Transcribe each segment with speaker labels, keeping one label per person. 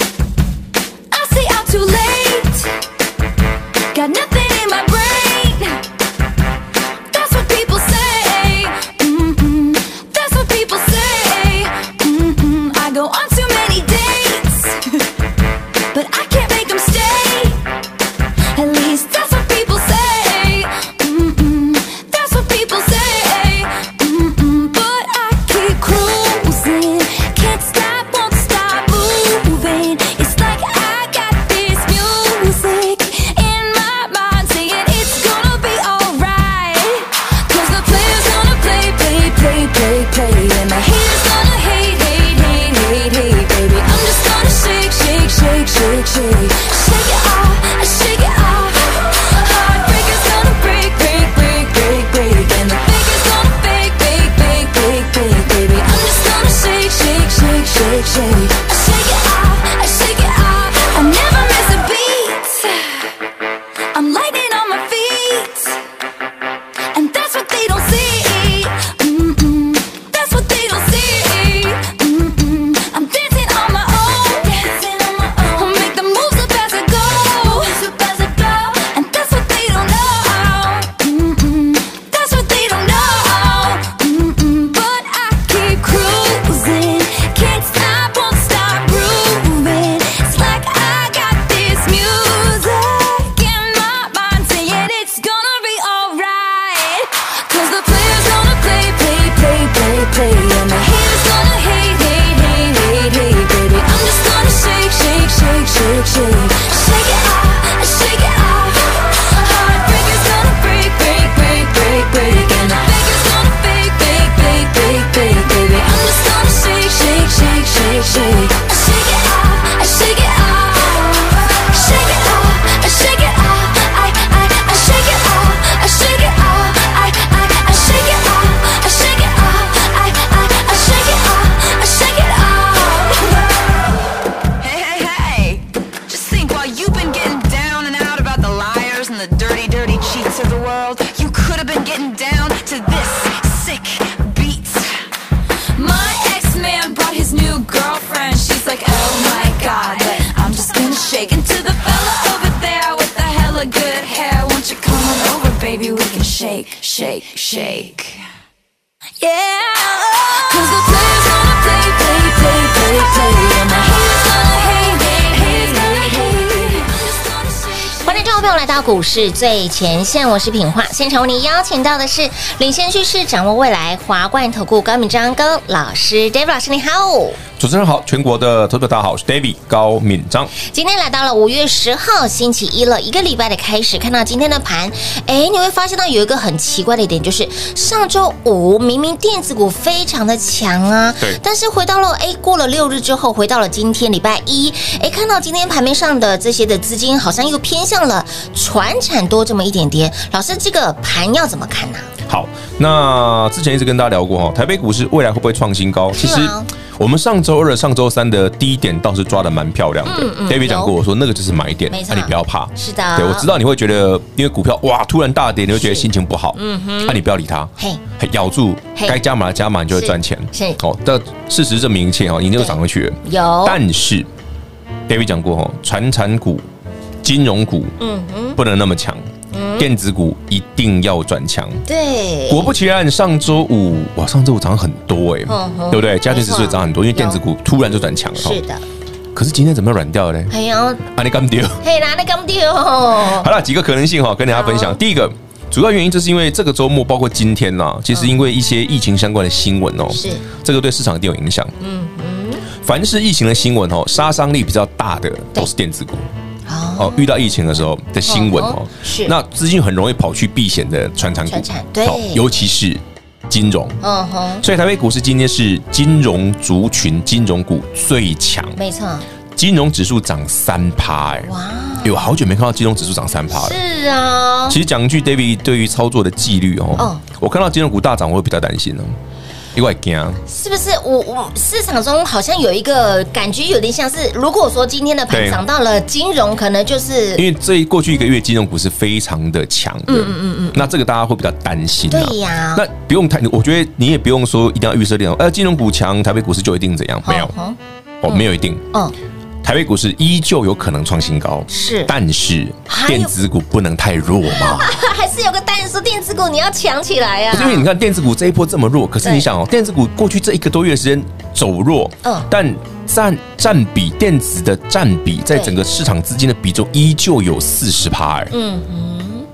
Speaker 1: I say I'm too late. Got nothing in my brain. That's what people say. Mm-mm. That's what people say. Mm-mm. I go on too many dates, but I can't make them stay. At least that's what people say. Mm-mm. That's what people say. Mm-mm. But I keep cruising. Can't stop, won't stop moving. It's like I got this music in my mind saying it's gonna be alright. Cause the player's gonna play, play, play, play, play. And the haters gonna hate, hate, hate, hate, hate, baby. I'm just gonna shake, shake, shake, shake, shake. Shake it off, shake it off. Heartbreaker's gonna break, break, break, break, break. And the faker's gonna fake, fake, fake, fake, fake, baby. I'm just gonna shake, shake, shake, shake, shake. Shake it off, shake it off. I never miss a beat. I'm lightning on my feet. And that's what they don't see. Mm-mm. That's what they don't see. Mm-mm. I'm dancing on my own. Dancing on my own. I'll make the moves up as I go. And that's what they don't know. Mm-mm. That's what they don't know. Mm-mm. But I keep cruising. Can't stop, won't stop grooving. It's like I got this music in my mind saying it's gonna be alright. Cause the player's gonna play, play, play, play, play. And the haters gonna hate, hate, hate, hate, hate, baby. I'm just gonna shake, shake, shake, shake, shake. Shake it off, shake it off. Heartbreaker's gonna break, break, break, break, break. And the faker's gonna fake, fake, fake, fake, fake, baby. I'm just gonna shake, shake, shake, shake, shake. Shake it off, shake it off. Shake it off, shake it off. I, I, I shake it off, I shake it off. I, I, I shake it off, I shake it off. I, I, I shake it off, I shake it off.
Speaker 2: Hey, hey, hey! Just think while you've been getting down and out about the liars and the dirty, dirty cheats of the world, you could have been getting down to this sick beat.
Speaker 1: My ex-man brought his new girlfriend. She's like, oh my god, I'm just gonna shake into the fella over there with the hella good hair. Won't you come on over, baby? We can shake, shake, shake. Yeah. Cause the players gonna play, play, play, play, play, and the haters gonna hate, hate, hate, hate, hate.
Speaker 3: 欢迎各位朋友来到股市最前线，我是品化。现场为您邀请到的是领先趋势、掌握未来华冠投顾高敏章高老师，David 老师，你好。
Speaker 4: 主持人好，全国的投资者大家好，我是 David 高敏章。
Speaker 3: 今天来到了五月十号星期一了，一个礼拜的开始，看到今天的盘，哎，你会发现到有一个很奇怪的一点，就是上周五明明电子股非常的强啊，
Speaker 4: 对
Speaker 3: 但是回到了哎过了六日之后，回到了今天礼拜一，哎，看到今天盘面上的这些的资金好像又偏向了船产多这么一点点，老师这个盘要怎么看呢、啊
Speaker 4: 好，那之前一直跟大家聊过哈，台北股市未来会不会创新高？其
Speaker 3: 啊
Speaker 4: 实我们上周二、上周三的低点倒是抓的蛮漂亮的。
Speaker 3: 嗯嗯
Speaker 4: David 讲过，
Speaker 3: 有
Speaker 4: 我说那个就是买点，
Speaker 3: 没错
Speaker 4: 那、你不要怕。
Speaker 3: 是的
Speaker 4: 对我知道你会觉得，因为股票哇突然大跌，你会觉得
Speaker 3: 是
Speaker 4: 心情不好。嗯哼，那、你不要理它，
Speaker 3: 嘿，
Speaker 4: 咬住
Speaker 3: 嘿
Speaker 4: 该加码的加码，你就会赚钱。
Speaker 3: 是是
Speaker 4: 哦，但事实证明一切哦，你就涨回去了。
Speaker 3: 有，
Speaker 4: 但是 David 讲过哦，传产股、金融股
Speaker 3: 嗯哼，嗯
Speaker 4: 不能那么强，电子股一定要转强。
Speaker 3: 对，
Speaker 4: 果不其然，上周五哇，上周五涨很多哎、
Speaker 3: 嗯哼
Speaker 4: 对不对？家庭指数也涨很多，因为
Speaker 3: 有
Speaker 4: 电子股突然就转强了。
Speaker 3: 是的，
Speaker 4: 可是今天怎么又软掉了嘞？
Speaker 3: 哎呀，
Speaker 4: 啊，你干丢？
Speaker 3: 嘿啦，那刚丢，哦
Speaker 4: 好了，几个可能性哈，跟大家分享。第一个主要原因就是因为这个周末，包括今天呐、其实因为一些疫情相关的新闻哦，
Speaker 3: 嗯是
Speaker 4: 这个对市场一定有影响。嗯嗯，凡是疫情的新闻哦，杀伤力比较大的都是电子股。
Speaker 3: 哦，
Speaker 4: 哦，遇到疫情的时候的新闻
Speaker 3: 哦
Speaker 4: 哦，
Speaker 3: 是
Speaker 4: 那资金很容易跑去避险的传产股
Speaker 3: 传产，对
Speaker 4: 好尤其是金融。
Speaker 3: 嗯哼，
Speaker 4: 所以台北股市今天是金融族群、金融股最强，
Speaker 3: 没错，
Speaker 4: 金融指数涨三趴，哎、
Speaker 3: 哇，
Speaker 4: 有好久没看到金融指数涨三趴了。
Speaker 3: 是啊，
Speaker 4: 其实讲一句，David 对于操作的纪律哦
Speaker 3: 嗯，
Speaker 4: 我看到金融股大涨，我会比较担心哦，因为我会惊。啊
Speaker 3: 是不是我我市场中好像有一个感觉，有点像是，如果说今天的盘
Speaker 4: 对
Speaker 3: 涨到了金融，可能就是
Speaker 4: 因为这一过去一个月金融股是非常的强的，嗯嗯嗯，那这个大家会比较担心、啊，
Speaker 3: 对呀
Speaker 4: 那不用太，我觉得你也不用说一定要预设立场，呃，金融股强，台北股市就一定怎样，没有，
Speaker 3: 哦
Speaker 4: 哦，没有一定，
Speaker 3: 哦，
Speaker 4: 台北股市依旧有可能创新高，
Speaker 3: 是
Speaker 4: 但是
Speaker 3: 还有
Speaker 4: 电子股不能太弱嘛，
Speaker 3: 它还是有个但是电子股你要抢起来呀、
Speaker 4: 不是因为你看电子股这一波这么弱，可是
Speaker 3: 啊对
Speaker 4: 你想哦，电子股过去这一个多月的时间走弱，
Speaker 3: 嗯
Speaker 4: 但占占比电子的占比在
Speaker 3: 对
Speaker 4: 整个市场资金的比重依旧有四十趴，哎、
Speaker 3: 嗯嗯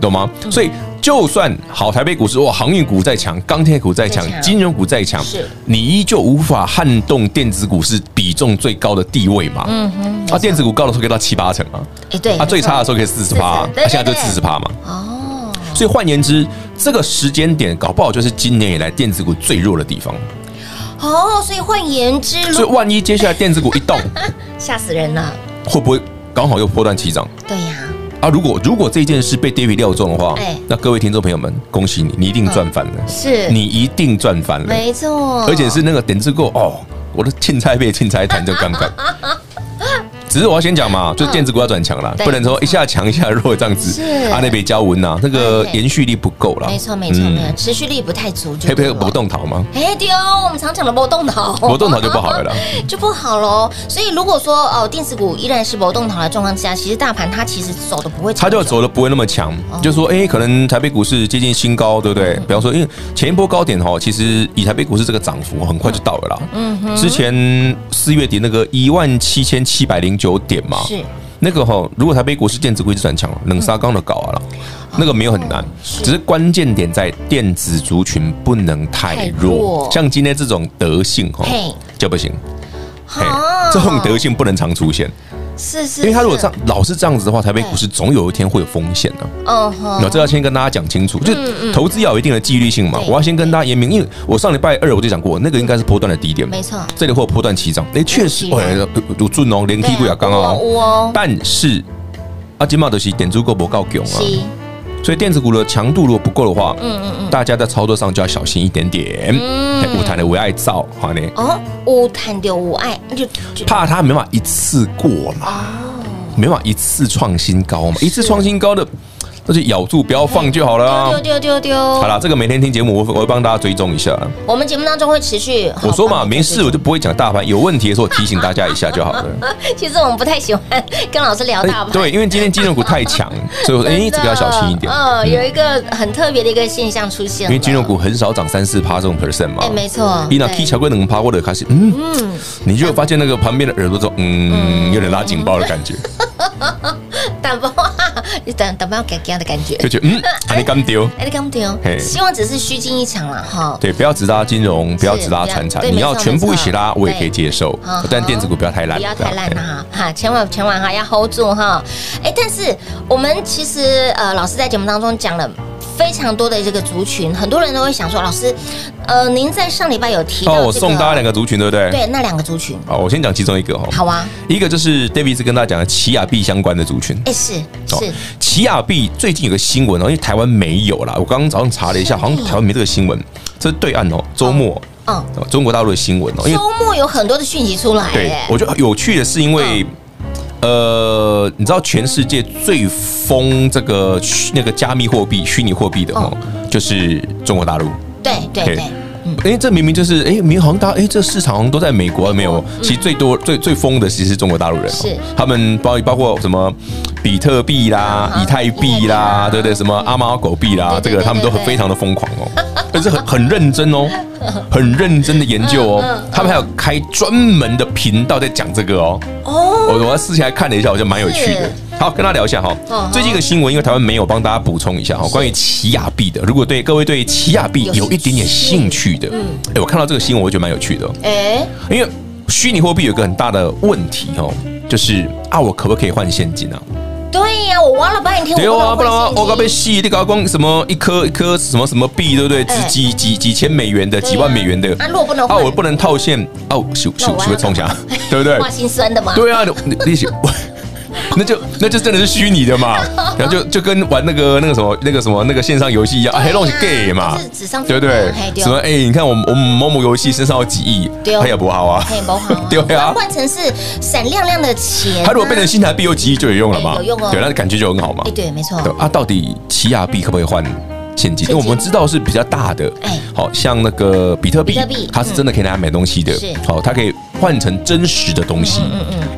Speaker 4: 懂吗？所以就算好台北股市哇，航运股在强，钢铁股在强
Speaker 3: 在，强
Speaker 4: 金融股在强
Speaker 3: 是，
Speaker 4: 你依旧无法撼动电子股是比重最高的地位嘛？
Speaker 3: 嗯哼，
Speaker 4: 啊，电子股高的时候可以到七八成啊，
Speaker 3: 哎对，
Speaker 4: 啊，最差的时候可以四十趴，啊
Speaker 3: 40对对
Speaker 4: 现在就
Speaker 3: 对
Speaker 4: 四十趴嘛。
Speaker 3: 哦，
Speaker 4: 所以换言之，这个时间点搞不好就是今年以来电子股最弱的地方。
Speaker 3: 嗯哦，所以换言之，
Speaker 4: 所以
Speaker 3: 如
Speaker 4: 万一接下来电子股一 动，
Speaker 3: 吓死人了，
Speaker 4: 会不会刚好又波段起涨？
Speaker 3: 对呀、
Speaker 4: 啊，如果如果这件事被 David 料中的话
Speaker 3: 哎，嗯
Speaker 4: 那各位听众朋友们，恭喜你，你一定赚翻了，
Speaker 3: 是
Speaker 4: 你一定赚翻了。
Speaker 3: 没错，
Speaker 4: 而且是那个点字购哦，我的青菜被青菜弹就杠杠。只是我要先讲嘛，就是电子股要转强啦，
Speaker 3: 嗯对
Speaker 4: 不能说一下强一下弱这样子
Speaker 3: 是。
Speaker 4: 阿内比交文呐，那个
Speaker 3: 哎
Speaker 4: 延续力不够啦。
Speaker 3: 没错没错
Speaker 4: 嗯
Speaker 3: 没错，持续力不太足就
Speaker 4: 黑
Speaker 3: 对
Speaker 4: 黑
Speaker 3: 了
Speaker 4: 不。动逃吗？
Speaker 3: 哎丢，我们常讲的波动头，
Speaker 4: 不动逃就不好了啦。
Speaker 3: 就不好喽。所以如果说哦，电子股依然是波动头的状况下，其实大盘它其实走的不会长久，
Speaker 4: 它就走的不会那么强，就说哎、诶可能台北股市接近新高，对不对？比方说，因为前一波高点哈，其实以台北股市这个涨幅很快就到了啦。嗯哼，之前四月底那个一万七千七百零九点嘛，
Speaker 3: 是
Speaker 4: 那个哈，如果台北股市电子股一直转强，冷沙钢的搞啊了，那个没有很难，只是关键点在电子族群不能太
Speaker 3: 太弱
Speaker 4: 弱，像今天这种德性哈
Speaker 3: 嘿
Speaker 4: 就不行，嘿
Speaker 3: 哦
Speaker 4: 这种德性不能常出现，
Speaker 3: 是是，
Speaker 4: 因为它如果
Speaker 3: 是
Speaker 4: 这样老是这样子的话，台北股市总有一天会有风险的。
Speaker 3: 嗯哼
Speaker 4: 那这要先跟大家讲清楚，就投资要有一定的纪律性嘛。
Speaker 3: 对
Speaker 4: 我要先跟大家言明，因为我上礼拜二我就讲过，那个应该是波段的低点，
Speaker 3: 没错
Speaker 4: 这里会有波段起涨，哎，确实
Speaker 3: 起，涨
Speaker 4: 哎，有准哦，连 K 股也刚
Speaker 3: 对啊有
Speaker 4: 哦
Speaker 3: 哦。
Speaker 4: 但是阿金茂德是点足够不够强啊，
Speaker 3: 是
Speaker 4: 所以电子股的强度如果不够的话，大家在操作上就要小心一点点。哎舞台的为爱造，好呢，
Speaker 3: 哦，无谈丢无爱，就就
Speaker 4: 怕它没办法一次过嘛，
Speaker 3: 哦
Speaker 4: 没办法一次创新高嘛，一次创新高的那就咬住不要放就好了啊。
Speaker 3: 丢丢丢丢
Speaker 4: 好
Speaker 3: 丢。
Speaker 4: 啦，这个每天听节目，我会我会帮大家追踪一下啦。
Speaker 3: 我们节目当中会持续。
Speaker 4: 我说嘛，
Speaker 3: 好
Speaker 4: 没事，我就不会讲大盘。有问题的时候，我提醒大家一下就好了。
Speaker 3: 其实我们不太喜欢跟老师聊
Speaker 4: 哎
Speaker 3: 大盘。
Speaker 4: 对，因 为今天金融股太强，所以我哎，
Speaker 3: 真的
Speaker 4: 这个要小心一点。
Speaker 3: 嗯，有一个很特别的一个现象出现了，
Speaker 4: 因为金融股很少涨三四趴这种 percent 嘛
Speaker 3: 哎，。没错，
Speaker 4: 你那
Speaker 3: 对
Speaker 4: K 桥贵能趴或者开始，嗯，你就会发现那个旁边的耳朵说，嗯，有点拉警报的感觉，
Speaker 3: 等不， 你等等不要给给他的感觉。
Speaker 4: 就觉得 嗯，啊你刚丢。
Speaker 3: 哎，你刚对哦，
Speaker 4: 嘿
Speaker 3: 希望只是虚惊一场了哈。
Speaker 4: 对，不要只拉金融，不要
Speaker 3: 是
Speaker 4: 只拉
Speaker 3: 不要
Speaker 4: 产产
Speaker 3: 对，
Speaker 4: 你
Speaker 3: 没
Speaker 4: 要
Speaker 3: 错
Speaker 4: 全部
Speaker 3: 没
Speaker 4: 一
Speaker 3: 错
Speaker 4: 起拉，我也可以
Speaker 3: 对
Speaker 4: 接受
Speaker 3: 嗯。
Speaker 4: 但
Speaker 3: 好
Speaker 4: 电子股不要太烂，
Speaker 3: 不要
Speaker 4: 这样
Speaker 3: 太烂啊
Speaker 4: 哎
Speaker 3: 了哈，哈，千万千万哈，要 hold 住哈。哎，但是我们其实呃，老师在节目当中讲了非常多的这个族群，很多人都会想说，老师，呃，您在上礼拜有提到这
Speaker 4: 哦，
Speaker 3: 个
Speaker 4: 我送大家两个族群，对不对？
Speaker 3: 对那两个族群，
Speaker 4: 好，我先讲其中一个哈。
Speaker 3: 好啊，
Speaker 4: 一个就是 David 是跟大家讲的奇亚币相关的族群。
Speaker 3: 哎是
Speaker 4: 哦
Speaker 3: 是，
Speaker 4: 奇亚币最近有个新闻哦，因为台湾没有啦，我刚刚早上查了一下，
Speaker 3: 是
Speaker 4: 好像台湾没这个新闻。这是对岸哦，周末
Speaker 3: 嗯，
Speaker 4: 哦中国大陆的新闻哦，因为
Speaker 3: 周末有很多的讯息出来，
Speaker 4: 对
Speaker 3: 哎
Speaker 4: 我觉得有趣的是，因为呃，你知道全世界最疯这个虚那个加密货币、虚拟货币的哦，就是中国大陆。
Speaker 3: 对对
Speaker 4: 嘿
Speaker 3: 对，嗯
Speaker 4: 哎，这明明就是哎，民航大哎，这市场好像都在美国，没有？其实最多最最疯的其实是中国大陆人哦，
Speaker 3: 嗯是
Speaker 4: 他们包包括什么比特币啦、
Speaker 3: 嗯
Speaker 4: 以太币啦，对不对？什么阿猫阿狗币啦，
Speaker 3: 对对
Speaker 4: 这
Speaker 3: 对
Speaker 4: 个他们都
Speaker 3: 对
Speaker 4: 很
Speaker 3: 对
Speaker 4: 非常的疯狂 哦，但是很很认真哦，很认真的研究
Speaker 3: 嗯
Speaker 4: 哦，他们还有开专门的频道在讲这个哦。
Speaker 3: 哦，
Speaker 4: 我我私下看了一下，我觉得蛮有趣的
Speaker 3: 是。
Speaker 4: 好，跟他聊一下哈
Speaker 3: 嗯。
Speaker 4: 最近一个新闻，因为台湾没有，帮大家补充一下哈，关于奇亚币的。如果对各位对奇亚币有一点点兴趣的，
Speaker 3: 嗯
Speaker 4: 哎，我看到这个新闻，我觉得蛮有趣的哦，
Speaker 3: 哎，
Speaker 4: 因为虚拟货币有一个很大的问题哦，就是啊，我可不可以换现金啊？
Speaker 3: 对呀，我挖了半天，
Speaker 4: 对啊，
Speaker 3: 哦我
Speaker 4: 不
Speaker 3: 不
Speaker 4: 然
Speaker 3: 能换
Speaker 4: 我我
Speaker 3: 现
Speaker 4: 被
Speaker 3: 金，
Speaker 4: 吸，你搞光什么一颗一颗什么什么币，对不对？
Speaker 3: 哎
Speaker 4: 几几几几千美元的，
Speaker 3: 对啊
Speaker 4: 几万美元的，
Speaker 3: 啊如果不能
Speaker 4: 啊，
Speaker 3: 换哦
Speaker 4: 我不能套现，啊，我是是
Speaker 3: 那我要
Speaker 4: 是会冲下，对不对？
Speaker 3: 挖心酸的嘛，
Speaker 4: 对啊，你你你是。那就那就真的是虚拟的 嘛，然后就就跟玩那个那个什么那个什么那个线上游戏一样，啊，
Speaker 3: 对
Speaker 4: 黑
Speaker 3: 啊
Speaker 4: 龙是 gay 嘛
Speaker 3: 就是纸上，
Speaker 4: 对不对
Speaker 3: 嘿？对
Speaker 4: 什么哎，你看我们我们某某游戏身上有几亿，
Speaker 3: 对哦
Speaker 4: 他也不好啊，，
Speaker 3: 可以不好啊
Speaker 4: 对
Speaker 3: 把它
Speaker 4: 啊，
Speaker 3: 换成是闪亮亮的钱啊，
Speaker 4: 他如果变成新台币有几亿就有用了嘛，
Speaker 3: 哎有用哦
Speaker 4: 对，那感觉就很好嘛
Speaker 3: 哎，。对，没错，
Speaker 4: 对啊，到底奇亚币可不可以换现金？因为我们知道是比较大的
Speaker 3: 嗯哎，
Speaker 4: 好像那个比特币
Speaker 3: 比特币，嗯
Speaker 4: 它是真的可以拿来买东西的
Speaker 3: 是，
Speaker 4: 好，它可以换成真实的东西，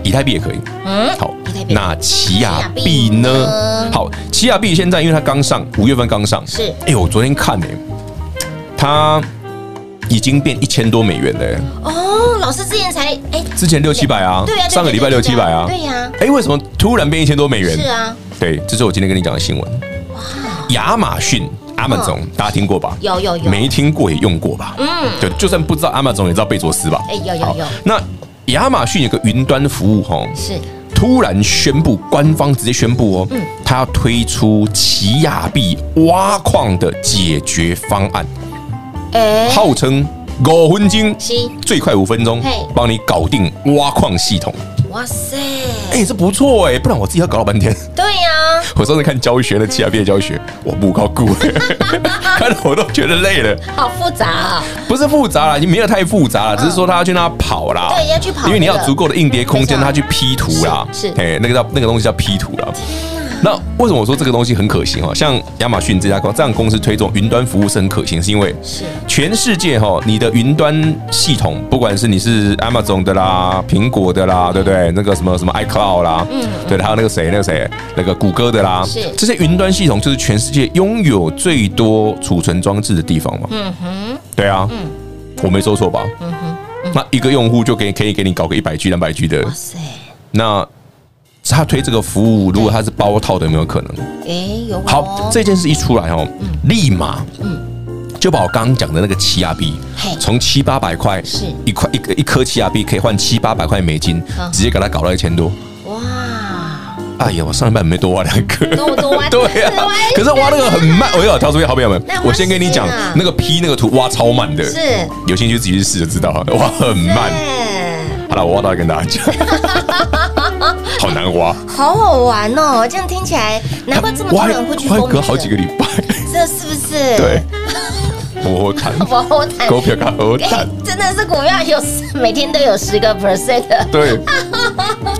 Speaker 4: 以太币也可以，
Speaker 3: 嗯，
Speaker 4: 好
Speaker 3: 以太，币
Speaker 4: 那奇亚
Speaker 3: 奇
Speaker 4: 币
Speaker 3: 亚币
Speaker 4: 呢
Speaker 3: 呢？
Speaker 4: 好，奇亚币现在因为它刚上，五月份刚上，
Speaker 3: 是
Speaker 4: 哎呦，我昨天看呢，它已经变一千多美元了耶，
Speaker 3: 哦，老师之前才哎，
Speaker 4: 之前六七百啊
Speaker 3: 对啊，，对
Speaker 4: 上个礼拜
Speaker 3: 对
Speaker 4: 六
Speaker 3: 对对
Speaker 4: 七百啊，
Speaker 3: 对呀，
Speaker 4: 哎，为什么突然变一千多美元？
Speaker 3: 是啊，
Speaker 4: 对，这是我今天跟你讲的新闻。亚马逊 Amazon，、大家听过吧？
Speaker 3: 嗯有有有，
Speaker 4: 没听过也用过吧？嗯，对，就算不知道 Amazon 也知道贝佐斯吧？
Speaker 3: 哎有有
Speaker 4: 好
Speaker 3: 有
Speaker 4: 那亚马逊有个云端服务哈，
Speaker 3: 是
Speaker 4: 突然宣布，官方直接宣布哦，
Speaker 3: 嗯
Speaker 4: 他要推出奇亚币挖矿的解决方案，
Speaker 3: 哎，
Speaker 4: 号称五分钟
Speaker 3: 七，
Speaker 4: 最快五分钟
Speaker 3: 嘿，
Speaker 4: 帮你搞定挖矿系统。
Speaker 3: 哇塞，
Speaker 4: 哎，这不错哎，不然我自己要搞老半天。
Speaker 3: 对呀，
Speaker 4: 我上次看教学的七 R B 的教学，我不高估， 看得我都觉得累了。
Speaker 3: 好复杂啊，
Speaker 4: 不是复杂啦，已经没有太复杂了，只是说他要去那跑啦，
Speaker 3: 嗯对要去跑
Speaker 4: 因为你要
Speaker 3: 那个
Speaker 4: 足够的硬碟空间，
Speaker 3: 没错
Speaker 4: 他去 P 图啦，
Speaker 3: 是是
Speaker 4: 哎，那个叫那个东西叫 P 图啦。那为什么我说这个东西很可行哈？像亚马逊这家公这样公司推这种云端服务是很可行，是因为
Speaker 3: 是
Speaker 4: 全世界哈，你的云端系统，不管是你是 Amazon 的啦、苹果的啦，对不对？那个什么什么 iCloud 啦，嗯，对，还有那个谁，那个谁，那个谷歌的啦，
Speaker 3: 是
Speaker 4: 这些云端系统就是全世界拥有最多储存装置的地方嘛。嗯哼，对啊，我没说错吧？嗯哼，那一个用户就给可以给你搞个一百 G、两百 G 的
Speaker 3: 哇，塞，
Speaker 4: 那他推这个服务，如果他是包套的，有没有可能？
Speaker 3: 哎有哦
Speaker 4: 好，这件事一出来哦，
Speaker 3: 嗯
Speaker 4: 立马就把我刚刚讲的那个奇亚币
Speaker 3: 嘿，
Speaker 4: 从七八百块
Speaker 3: 是
Speaker 4: 一块一个一颗奇亚币可以换七八百块美金
Speaker 3: 嗯，
Speaker 4: 直接给它搞到一千多。
Speaker 3: 哇，
Speaker 4: 哎呀，我上一半没多挖两个，
Speaker 3: 多多挖
Speaker 4: 对啊
Speaker 3: 多挖，
Speaker 4: 可是挖那个很慢。哎呦，陶主编好朋友们
Speaker 3: 那，花
Speaker 4: 我先跟你讲
Speaker 3: 时间啊，
Speaker 4: 那个 P 那个图挖超慢的，
Speaker 3: 是
Speaker 4: 有兴趣自己去试着知道，挖很呃慢。
Speaker 3: 哎
Speaker 4: 好了，我挖到跟大家 讲，好难挖，
Speaker 3: 好好玩哦！这样听起来，难怪这么多人会去
Speaker 4: 挖
Speaker 3: 疯
Speaker 4: 隔好几个
Speaker 3: 这
Speaker 4: 礼拜，
Speaker 3: 这是不是？
Speaker 4: 对，，我我看。
Speaker 3: 我我谈
Speaker 4: 狗票卡好
Speaker 3: 哎
Speaker 4: 蛋。，
Speaker 3: 真的是股票有每天都有十个 percent 的，
Speaker 4: 对，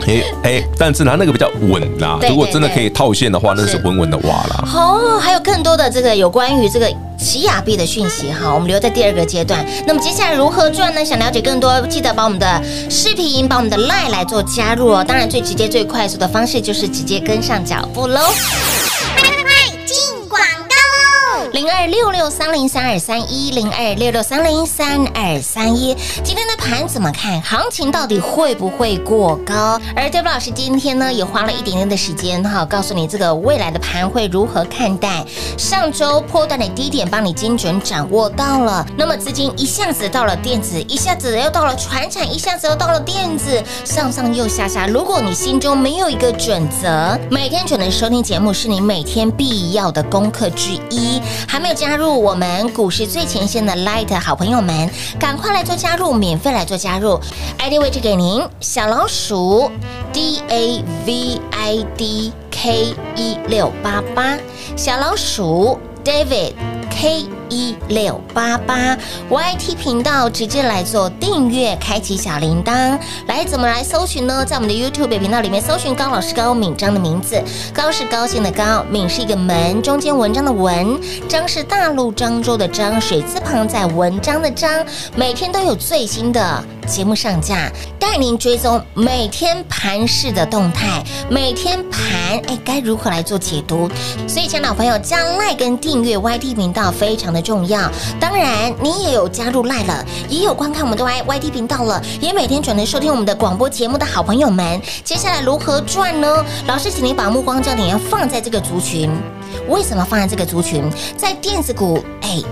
Speaker 4: 哎哎，但是它那个比较稳啦。
Speaker 3: 对
Speaker 4: 如果真的可以套现的话，那
Speaker 3: 对
Speaker 4: 是稳稳的挖啦。
Speaker 3: 哦，还有更多的这个有关于这个奇亚币的讯息哈，我们留在第二个阶段。那么接下来如何赚呢？想了解更多，记得把我们的视频、把我们的 LINE 来做加入哦。当然，最直接、最快速的方式就是直接跟上脚步喽。零二六六三零三二三一零二六六三零三二三一。今天的盘怎么看？行情到底会不会过高？而 w 老师今天呢，也花了一点点的时间哈，告诉你这个未来的盘会如何看待。上周波段的低点帮你精准掌握到了，那么资金一下子到了电子，一下子又到了船产，一下子又到了电子，上上又下下。如果你心中没有一个准则，每天准的收听节目是你每天必要的功课之一。还没有加入我们股市最前线的 Light 好朋友们，赶快来做加入，免费来做加入，ID 位置给您，小老鼠 D A V I D K 一六八八，小老鼠 David K 一六八八 YT 频道直接来做订阅，开启小铃铛。来，怎么来搜寻呢？在我们的 YouTube 频道里面搜寻高老师高敏章的名字，高是高兴的高，敏是一个门，中间文章的文，章是大陆漳州的漳，水字旁在文章的章。每天都有最新的节目上架，带您追踪每天盘市的动态，每天盘哎该如何来做解读。所以，亲爱的老朋友，加赖跟订阅 YT 频道非常的重要。当然，你也有加入赖了，也有观看我们的 Y YT 频道了，也每天准时收听我们的广播节目的好朋友们，接下来如何赚呢？老师，请你把目光焦点要放在这个族群。为什么放在这个族群？在电子股，哎。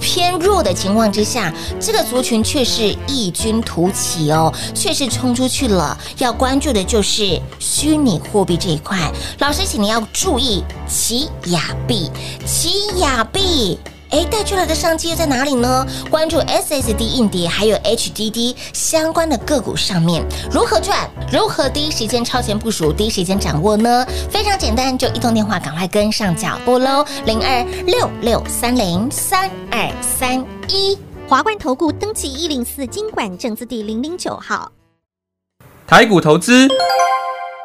Speaker 3: 偏弱的情况之下，这个族群却是异军突起哦，确实冲出去了。要关注的就是虚拟货币这一块。老师，请您要注意奇亚币，奇亚币。哎、哎，带出来的商机又在哪里呢？关注 SSD 硬碟还有 HDD 相关的个股上面，如何赚？如何第一时间超前部署，第一时间掌握呢？非常简单，就一通电话赶快跟上脚步喽，零二六六三零三二三一。
Speaker 5: 华冠投顾登记一零四经管证字第零零九号。
Speaker 6: 台股投资，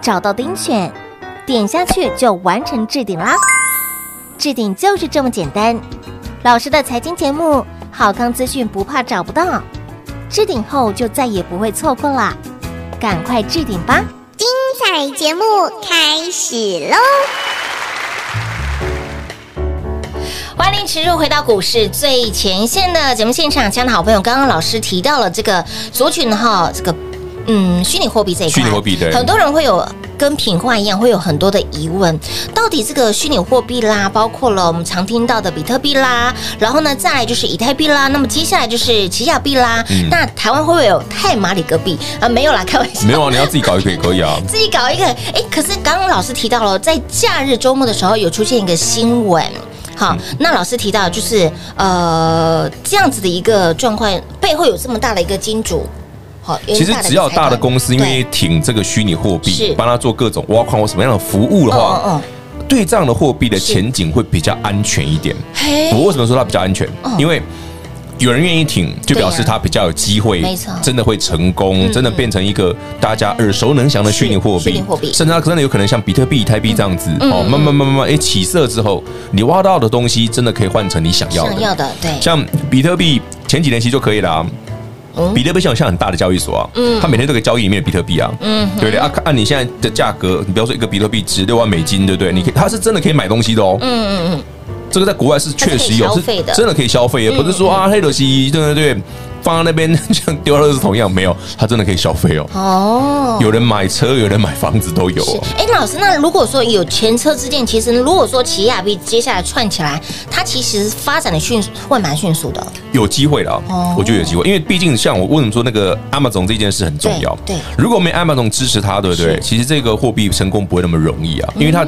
Speaker 3: 找到钉选，点下去就完成置顶啦。置顶就是这么简单。老师的财经节目，好康资讯不怕找不到，置顶后就再也不会错过啦，赶快置顶吧！
Speaker 7: 彩节目开始喽！
Speaker 3: 欢迎持续回到股市最前线的节目现场，亲爱的好朋友，刚刚老师提到了这个族群哈，这个嗯，虚拟货币这一块，
Speaker 4: 虚拟货币对
Speaker 3: 很多人会有。跟品化一样，会有很多的疑问。到底这个虚拟货币啦，包括了我们常听到的比特币啦，然后呢，再来就是以太币啦，那么接下来就是奇亚币啦。
Speaker 4: 嗯
Speaker 3: 那台湾会不会有泰马里戈币啊？没有啦，开玩笑。
Speaker 4: 没有啊，你要自己搞一个也可以 啊。
Speaker 3: 自己搞一个。哎，可是刚刚老师提到了，在假日周末的时候有出现一个新闻。好，
Speaker 4: 嗯
Speaker 3: 那老师提到就是呃这样子的一个状况，背后有这么大的一个金主，好，有
Speaker 4: 其
Speaker 3: 这
Speaker 4: 实
Speaker 3: 么的一个
Speaker 4: 只要
Speaker 3: 财团
Speaker 4: 大的公司，因为
Speaker 3: 对
Speaker 4: 挺这个虚拟货
Speaker 3: 是
Speaker 4: 币，帮他做各种挖矿或什么样的服务的
Speaker 3: 嗯嗯
Speaker 4: 话
Speaker 3: 嗯，
Speaker 4: 对这样的货币的
Speaker 3: 是
Speaker 4: 前景会比较安全一点。
Speaker 3: 嘿
Speaker 4: 我为什么说它比较安全
Speaker 3: 嗯？
Speaker 4: 因为有人愿意挺，就表示
Speaker 3: 对啊
Speaker 4: 它比较有机会
Speaker 3: 没错，
Speaker 4: 真的会成功，真的变成一个大家耳熟能详的虚拟货
Speaker 3: 是虚拟
Speaker 4: 币
Speaker 3: 货币，
Speaker 4: 甚至它真的有可能像比特币、以太币这样子
Speaker 3: 嗯
Speaker 4: 哦，
Speaker 3: 嗯
Speaker 4: 慢慢慢慢慢，哎，起色之后，你挖到的东西真的可以换成你想要
Speaker 3: 哦想要
Speaker 4: 的。
Speaker 3: 的对，
Speaker 4: 像比特币前几年其实就可以了啊
Speaker 3: 嗯。
Speaker 4: 比特币像有像很大的交易所啊，它每天都可以交易里面的比特币啊，
Speaker 3: 嗯
Speaker 4: 对不对？啊，看按你现在的价格，你比方说一个比特币值六万美金，对不对？你可以，它是真的可以买东西的哦。
Speaker 3: 嗯嗯嗯，
Speaker 4: 这个在国外是确实有，
Speaker 3: 它是可以消费的嗯
Speaker 4: 真的可以消费的，不是说啊黑德西对对对，放在那边 像丢垃圾桶一样，没有，它真的可以消费哦。
Speaker 3: 哦，
Speaker 4: 有人买车，有人买房子都有
Speaker 3: 是
Speaker 4: 哦。，
Speaker 3: 哎，那老师，那如果说有前车之鉴，其实如果说奇亚币接下来串起来，它其实发展的迅会蛮迅速的，
Speaker 4: 有机会了
Speaker 3: 哦，
Speaker 4: 我觉得有机会，因为毕竟像我为什么说那个 Amazon 这件事很重要？
Speaker 3: 对对
Speaker 4: 如果没 Amazon 支持它，对不对
Speaker 3: 是？嗯
Speaker 4: 其实这个货币成功不会那么容易啊，因为它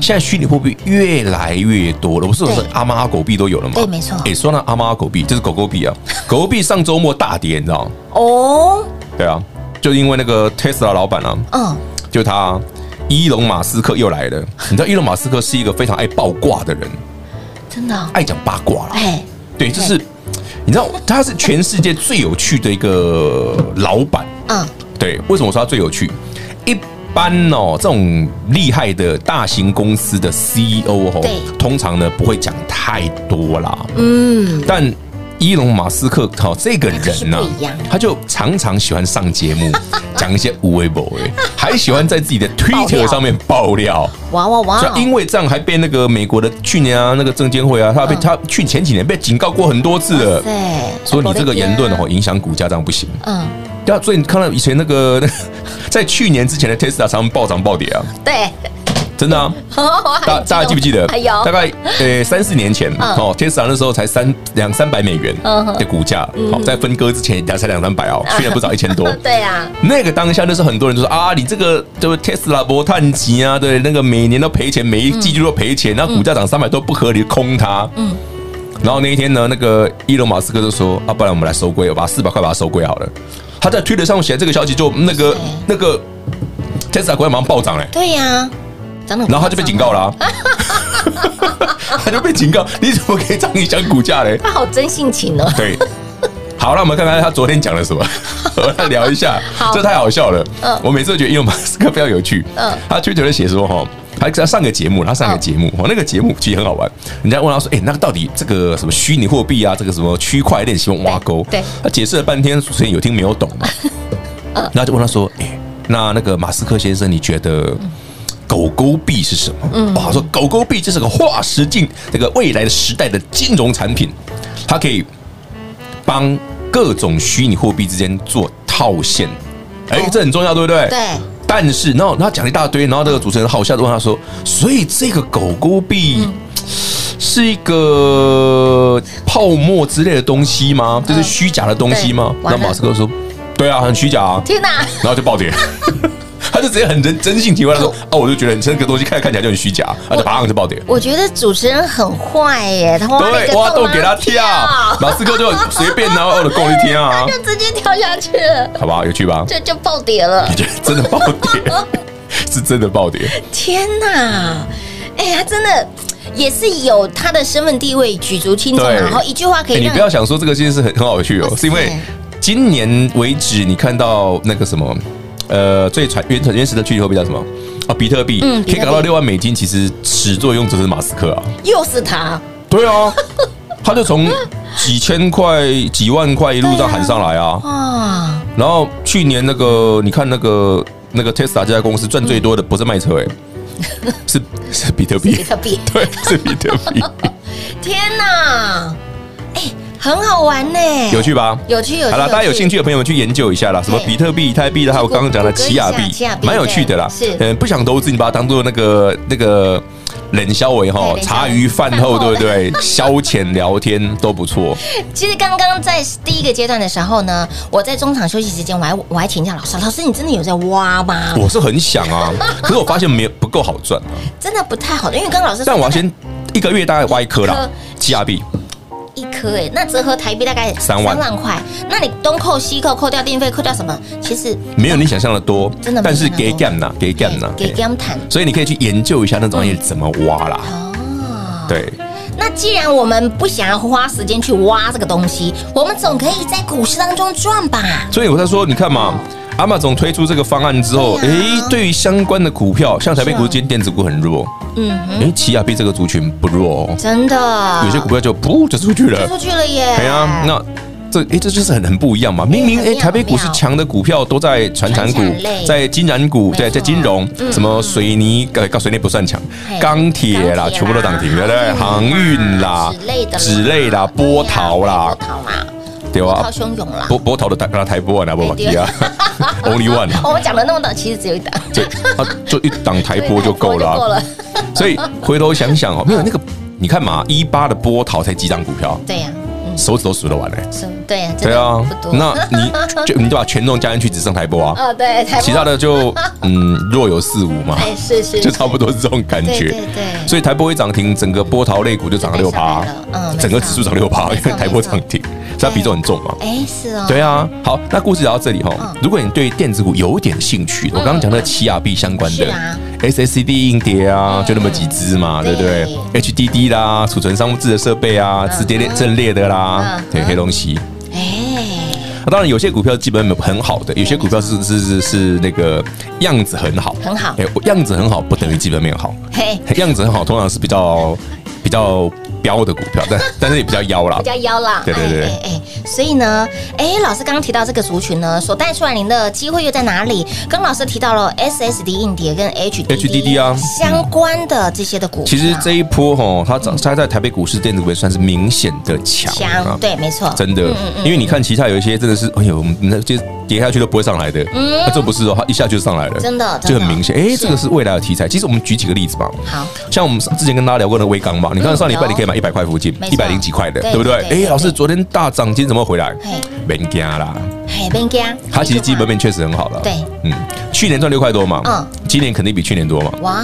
Speaker 4: 现在虚拟货币越来越多了，不是我说
Speaker 3: 对
Speaker 4: 阿猫阿狗币都有了吗？
Speaker 3: 对没错
Speaker 4: 哎，说到阿猫阿狗币，这是狗狗币啊，狗狗币上周末大跌，你知道吗？
Speaker 3: 哦，
Speaker 4: 对啊，就因为那个 Tesla 老板啊，
Speaker 3: 嗯，
Speaker 4: 就他啊伊隆马斯克又来了。你知道伊隆马斯克是一个非常爱爆卦的人，
Speaker 3: 真的哦，
Speaker 4: 爱讲八卦啦。
Speaker 3: 哎，
Speaker 4: 对，就是你知道他是全世界最有趣的一个老板。
Speaker 3: 嗯，
Speaker 4: 对，为什么说他最有趣？一般哦，这种厉害的大型公司的 CEO 哦
Speaker 3: 对，
Speaker 4: 通常呢不会讲太多啦。嗯，但伊隆马斯克哦，这个人呢、
Speaker 3: 他就是不一样
Speaker 4: 他就常常喜欢上节目讲一些无微不微，还喜欢在自己的
Speaker 3: 爆
Speaker 4: Twitter
Speaker 3: 料嗯
Speaker 4: 上面爆料。
Speaker 3: 哇哇
Speaker 4: 所
Speaker 3: 哇
Speaker 4: 以，因为这样还被那个美国的去年啊那个证监会啊，
Speaker 3: 嗯
Speaker 4: 他被、他去前几年被警告过很多次了。
Speaker 3: 对，
Speaker 4: 说你这个言论哦，影响股价，这样不行。
Speaker 3: 嗯，
Speaker 4: 对啊， 所以你看到以前那个，在去年之前的 Tesla 他们暴涨暴跌啊，
Speaker 3: 对，
Speaker 4: 真的啊。大大家记不记得？
Speaker 3: 哎呦，
Speaker 4: 大概呃三四年前哦，Tesla 那时候才三两三百美元
Speaker 3: 嗯哼。
Speaker 4: 的股价，好，在分割之前才才两三百 哦，去年不早一千多
Speaker 3: 对啊，
Speaker 4: 那个当下，那是很多人就说啊，你这个对不对？Tesla 博探级啊，对，那个每年都赔钱，每一季度都赔钱，那股价涨三百多不合理，空它。嗯。然后那一天呢，那个伊隆马斯克就说啊，不然我们来收归，我把四百块把它收归好了。他在推特上写这个消息，就嗯那个那个 Tesla 股价马上暴涨哎、
Speaker 3: 对呀，长得很
Speaker 4: 然后他就被警告了、啊， 他就被警告，你怎么可以这样影响股价嘞？欸
Speaker 3: 夸张，他好真性情哦。
Speaker 4: 对，好，那我们看看他昨天讲了 什么，我们来聊一下，这太好笑了。
Speaker 3: 嗯
Speaker 4: 我每次都觉得伊隆马斯克非常有趣。
Speaker 3: 嗯
Speaker 4: 他推特写说哈，他在上个节目，他上个节目，
Speaker 3: 嗯
Speaker 4: 哦，那个节目其实很好玩。人家问他说，哎，那到底这个什么虚拟货币啊，这个什么区块链喜欢挖沟？
Speaker 3: 对对
Speaker 4: 他解释了半天，主持人有听没有懂嘛？那就问他说，哎，那那个马斯克先生，你觉得？狗狗币是什么？嗯，哇，他说狗狗币这是个划时进这个未来的时代的金融产品，它可以帮各种虚拟货币之间做套现。哎、这很重要，对不对？
Speaker 3: 哦对。
Speaker 4: 但是，然后然后讲了一大堆，然后这个主持人好笑的问他说：“所以这个狗狗币
Speaker 3: 嗯
Speaker 4: 是一个泡沫之类的东西吗？就是虚假的东西吗
Speaker 3: 嗯对？”
Speaker 4: 那
Speaker 3: 完了
Speaker 4: 马斯克说：“对啊，很虚假啊。
Speaker 3: 天哪，”
Speaker 4: 然后就暴跌。 他就直接很真真性情，他说：“啊，我就觉得你这个东西看看起来就很虚假，啊，就马上就暴跌。”
Speaker 3: 我觉得主持人很坏耶，他挖了一
Speaker 4: 对，
Speaker 3: 个
Speaker 4: 挖
Speaker 3: 洞啊
Speaker 4: 洞给他跳，马斯克就随便拿我的够力天啊
Speaker 3: 他，就直接跳下去了，
Speaker 4: 好吧，有趣吧？
Speaker 3: 这就爆点了
Speaker 4: 你。觉得真的暴 跌，是真的暴跌，
Speaker 3: 天哪，哎、他真的也是有他的身份地位举足轻重啊，
Speaker 4: 对
Speaker 3: 然后一句话可
Speaker 4: 哎
Speaker 3: 以
Speaker 4: 你
Speaker 3: 让
Speaker 4: 不要想说这个件事很很好趣哦
Speaker 3: 哇，塞
Speaker 4: 是因为今年为止，你看到那个什么，呃，最传原原始的虚拟货币叫什么？啊，比特币，
Speaker 3: 嗯
Speaker 4: 可
Speaker 3: 比
Speaker 4: 以
Speaker 3: 特币
Speaker 4: 搞到六万美金，其实始作俑者是马斯克啊，
Speaker 3: 又是他，
Speaker 4: 对啊，他就从几千块、几万块一路这样喊上来啊，
Speaker 3: 哇，
Speaker 4: 然后去年那个，你看那个那个 Tesla 这家公司赚最多的不是卖车、欸，是是比特
Speaker 3: 嗯比
Speaker 4: 币，
Speaker 3: 特币，
Speaker 4: 对，是比特 币，
Speaker 3: 天哪，哎、很好玩呢，
Speaker 4: 有趣吧？
Speaker 3: 有趣有趣，
Speaker 4: 好了，大家有兴
Speaker 3: 趣，
Speaker 4: 趣的朋友们去研究一下啦，什么比特币、以太币啦，还有我刚刚讲的奇亚
Speaker 3: 谷歌一下
Speaker 4: 币
Speaker 3: 奇亚，币
Speaker 4: 蛮有趣的啦。
Speaker 3: 对是
Speaker 4: 嗯，不想投资，你把它当做那个那个冷消为哈，
Speaker 3: 对冷消
Speaker 4: 茶
Speaker 3: 维
Speaker 4: 余饭后，
Speaker 3: 饭后
Speaker 4: 对不 对？消遣聊天都不错。
Speaker 3: 其实刚刚在第一个阶段的时候呢，我在中场休息时间，我还我还请教老师，老师你真的有在挖吗？
Speaker 4: 我是很 想啊，可是我发现没有不够好赚啊。
Speaker 3: 真的不太好，因为刚刚老师说
Speaker 4: 但我要先一个月大概挖一颗
Speaker 3: 一颗
Speaker 4: 啦，奇亚币。
Speaker 3: 一颗哎，那折合台币大概
Speaker 4: 三万
Speaker 3: 块。那你东扣西扣，扣掉电费，扣掉什么？其实
Speaker 4: 没有你想象的多，
Speaker 3: 真的没
Speaker 4: 但是
Speaker 3: 想象
Speaker 4: 给
Speaker 3: 得多
Speaker 4: gam 呐，给 gam 呐，
Speaker 3: 给
Speaker 4: 嘿
Speaker 3: gam 谈
Speaker 4: 所以你可以去研究一下那种东西怎么挖啦。
Speaker 3: 哦。
Speaker 4: 对，
Speaker 3: 那既然我们不想要花时间去挖这个东西，我们总可以在股市当中赚吧？
Speaker 4: 所以我在说，你看嘛。阿玛总推出这个方案之后，
Speaker 3: 对
Speaker 4: 诶，
Speaker 3: 啊
Speaker 4: 对于相关的股票，像台北
Speaker 3: 是啊
Speaker 4: 股市今天电子股很弱，
Speaker 3: 嗯啊哼，
Speaker 4: 诶，奇亚币这个族群不弱哦，
Speaker 3: 真的。
Speaker 4: 有些股票就噗就出去了
Speaker 3: 就。出去了耶。
Speaker 4: 哎呀，那这诶，这就是很很不一样嘛。明明
Speaker 3: 很
Speaker 4: 诶，
Speaker 3: 妙
Speaker 4: 台北股市
Speaker 3: 很妙
Speaker 4: 强的股票都在传产股
Speaker 3: 传产类，
Speaker 4: 在金融股，
Speaker 3: 没
Speaker 4: 对，在
Speaker 3: 错嗯
Speaker 4: 金融，什么水泥，呃，水泥不算强
Speaker 3: 嘿，
Speaker 4: 钢铁啦，
Speaker 3: 嗯钢铁
Speaker 4: 全部都涨停，对不对？航
Speaker 3: 航
Speaker 4: 运
Speaker 3: 运
Speaker 4: 啦
Speaker 3: 啦嗯之类的啦，
Speaker 4: 之类啦，波涛啦啊
Speaker 3: 波，涛啦，
Speaker 4: 对
Speaker 3: 波
Speaker 4: 吧
Speaker 3: 涛？汹涌啦。
Speaker 4: 波波涛的台，那台波啊，那波
Speaker 3: 对
Speaker 4: 啊 ，Only One 啊，
Speaker 3: 我们讲了那么多，其实只有一档，
Speaker 4: 对，啊，就一档台波就够了
Speaker 3: 就够
Speaker 4: 啊。
Speaker 3: 了。
Speaker 4: 所以回头想想哦，没有那个，你看嘛，一八的波涛才几张股票，
Speaker 3: 对呀，嗯，
Speaker 4: 手指都数得完嘞。
Speaker 3: 是，对呀，真
Speaker 4: 对
Speaker 3: 的
Speaker 4: 啊
Speaker 3: 不，多。
Speaker 4: 那你就你就把权重加进去，只剩台波啊，
Speaker 3: 哦，对，台湾
Speaker 4: 其他的就嗯若有似无嘛，
Speaker 3: 哎，是是，
Speaker 4: 就差不多是这种感
Speaker 3: 对
Speaker 4: 觉
Speaker 3: 对。对，
Speaker 4: 所以台波一涨停，整个波涛类股就涨了
Speaker 3: 就
Speaker 4: 六
Speaker 3: 被上
Speaker 4: 趴
Speaker 3: 来了嗯，没
Speaker 4: 整个
Speaker 3: 错
Speaker 4: 指数涨六趴，
Speaker 3: 没
Speaker 4: 因
Speaker 3: 错
Speaker 4: 为台波涨停，所以它比重很重嘛。
Speaker 3: 哎是哦，
Speaker 4: 对啊，好，那故事聊到这里哈、
Speaker 3: 嗯
Speaker 4: 如果你对电子股有点兴趣，我刚刚讲的奇亚币相关的
Speaker 3: 是啊
Speaker 4: SSD 硬碟啊，就那么几只嘛，对
Speaker 3: 对
Speaker 4: 不对？HDD 啦，储存商务制的设备啊，直接阵列的啦
Speaker 3: 嗯，
Speaker 4: 对，黑东西。
Speaker 3: 哎，
Speaker 4: 那当然，有些股票基本很好的，有些股票是是是是那个样子很好，
Speaker 3: 很好
Speaker 4: 哎，样子很好不等于基本面好，
Speaker 3: 嘿，
Speaker 4: 样子很好通常是比较比较标的股票，但但是也比较妖啦
Speaker 3: 比。较妖啦，
Speaker 4: 对对对
Speaker 3: 哎哎哎，所以呢，哎，老师刚刚提到这个族群呢，所带出来您的机会又在哪里？刚老师提到了 SSD 硬碟跟 HDD
Speaker 4: HDD 啊
Speaker 3: 相关的这些的股票，
Speaker 4: 其实这一波哈，它涨，它在台北股市电子股也算是明显的强啊
Speaker 3: 强，对，嗯没错，
Speaker 4: 真的，因为你看其他有一些真的是，哎呦，我们那这跌下去都不会上来的，那这不是哦，它一下就上来了，
Speaker 3: 嗯真的
Speaker 4: 就很明显。
Speaker 3: 真的
Speaker 4: 哎，
Speaker 3: 是
Speaker 4: 这个是未来的题材。其实我们举几个例子吧，
Speaker 3: 好，
Speaker 4: 像我们之前跟大家聊过的微钢嘛，你看上礼拜你可以买一百块附近
Speaker 3: 嗯没，错
Speaker 4: 一百零几块的，
Speaker 3: 对
Speaker 4: 对不对
Speaker 3: 对？对
Speaker 4: 哎，
Speaker 3: 对
Speaker 4: 老师，昨天大涨，今天怎么回来
Speaker 3: 嘿？
Speaker 4: 没加啦，
Speaker 3: 嘿，边家，
Speaker 4: 它其实基本面确实很好了，
Speaker 3: 对，
Speaker 4: 嗯，去年赚六块多嘛，
Speaker 3: 嗯
Speaker 4: 今年肯定比去年多嘛。
Speaker 3: 哇，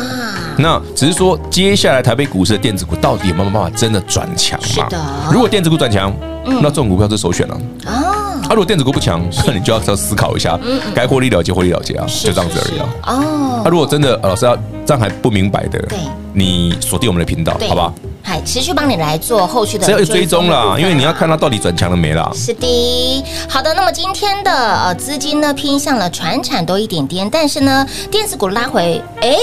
Speaker 4: 那只是说，接下来台北股市的电子股到底有没有办法真的转强
Speaker 3: 是
Speaker 4: 嘛
Speaker 3: 的？嗯
Speaker 4: 如果电子股转强，那这种股票是首选了。
Speaker 3: 哦
Speaker 4: 啊，如果电子股不强，那你就要要思考一下，
Speaker 3: 嗯
Speaker 4: 该获利了结获利了结啊，就这样子而已啊。
Speaker 3: 哦
Speaker 4: 啊，，如果真的呃老师要这样还不明白的
Speaker 3: 对，
Speaker 4: 你锁定我们的频道，
Speaker 3: 对
Speaker 4: 好吧？
Speaker 3: 嗨，持续帮你来做后续的
Speaker 4: 只要有追
Speaker 3: 的
Speaker 4: 踪
Speaker 3: 部
Speaker 4: 啦，
Speaker 3: 分啊
Speaker 4: 因为你要看它到底转强了没啦。
Speaker 3: 是的，好的。那么今天的呃资金呢偏向了船产多一点点，但是呢电子股拉回，哎。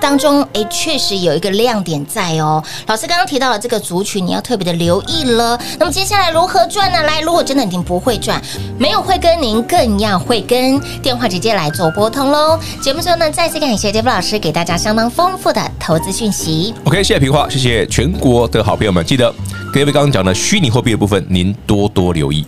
Speaker 3: 当中哎，确实有一个亮点在哦。老师刚刚提到了这个族群，你要特别的留意了。那么接下来如何赚呢？来，如果真的您不会赚，没有会跟您更要会跟，电话直接来做拨通喽。节目最后呢，再次感谢 David 老师给大家相当丰富的投资讯息。
Speaker 4: OK，谢谢平花，谢谢全国的好朋友们，记得 David 刚刚讲的虚拟货币的部分，您多多留意。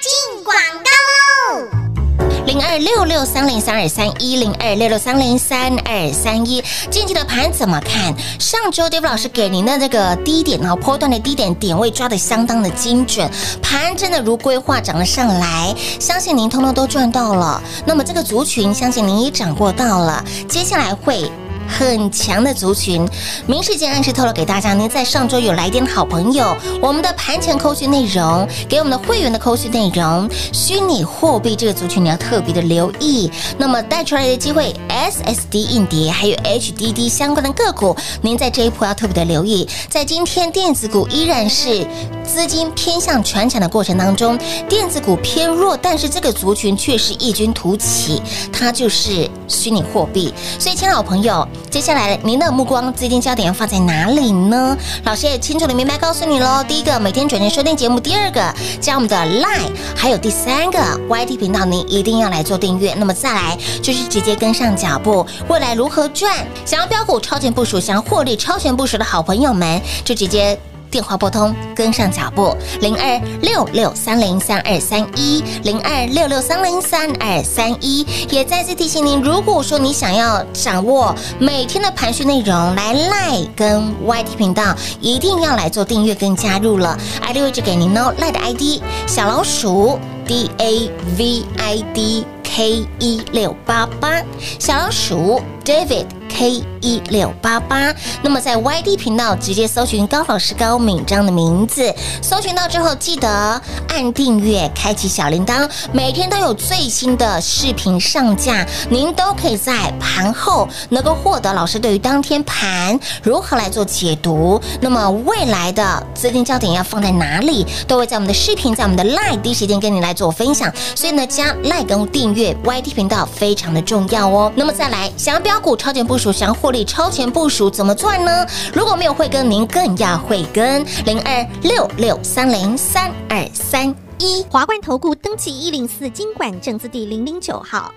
Speaker 7: 进广告喽！
Speaker 3: 零二六六三零三二三一零二六六三零三二三一。近期的盘怎么看？上周 Dave 老师给您的这个低点哦，波段的低点点位抓的相当的精准，盘真的如规划涨了上来，相信您通通都赚到了。那么这个族群，相信您也掌握到了，接下来会。很强的族群，明世间暗示透露给大家，您在上周有来电的好朋友，我们的盘前扣讯内容，给我们的会员的扣讯内容，虚拟货币这个族群你要特别的留意。那么带出来的机会，SSD 硬碟还有 HDD E 相关的个股，您在这一波要特别的留意。在今天电子股依然是资金偏向传产的过程当中，电子股偏弱，但是这个族群却是异军突起，它就是虚拟货币。所以，亲爱的好朋友，接下来您的目光资金焦点要放在哪里呢？老师也清楚的明白告诉你喽。第一个，每天准时收听节目；第二个，加我们的 Line；还有第三个 YT 频道，您一定要来做订阅。那么再来就是直接跟上脚步，未来如何赚？想要标股超前部署，想要获利超前部署的好朋友们，就直接。电话拨通，跟上脚步，零二六六三零三二三一，零二六六三零三二三一。也再次提醒您，如果说你想要掌握每天的盘讯内容，来 Line 跟 YT 频道一定要来做订阅跟加入了。ID 位置给您哦，Line 的 ID 小老鼠 D A V I D K E 一六八八，小老鼠 David K 一六八八。那么在 YD 频道直接搜寻高老师高敏章的名字，搜寻到之后记得按订阅，开启小铃铛，每天都有最新的视频上架，您都可以在盘后能够获得老师对于当天盘如何来做解读。那么未来的资金焦点要放在哪里，都会在我们的视频，在我们的 Line 第一时间跟你来做分享。所以呢，加 Line 跟订阅 YT 频道非常的重要哦。那么再来，想要标股超前部署，想要获利超前部署，怎么赚呢？如果没有慧根，您更要慧根零二六六三零三二三一。
Speaker 5: 华冠投顾登记一零四经管证字第零零九号。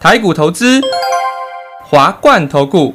Speaker 6: 台股投资，华冠投顾。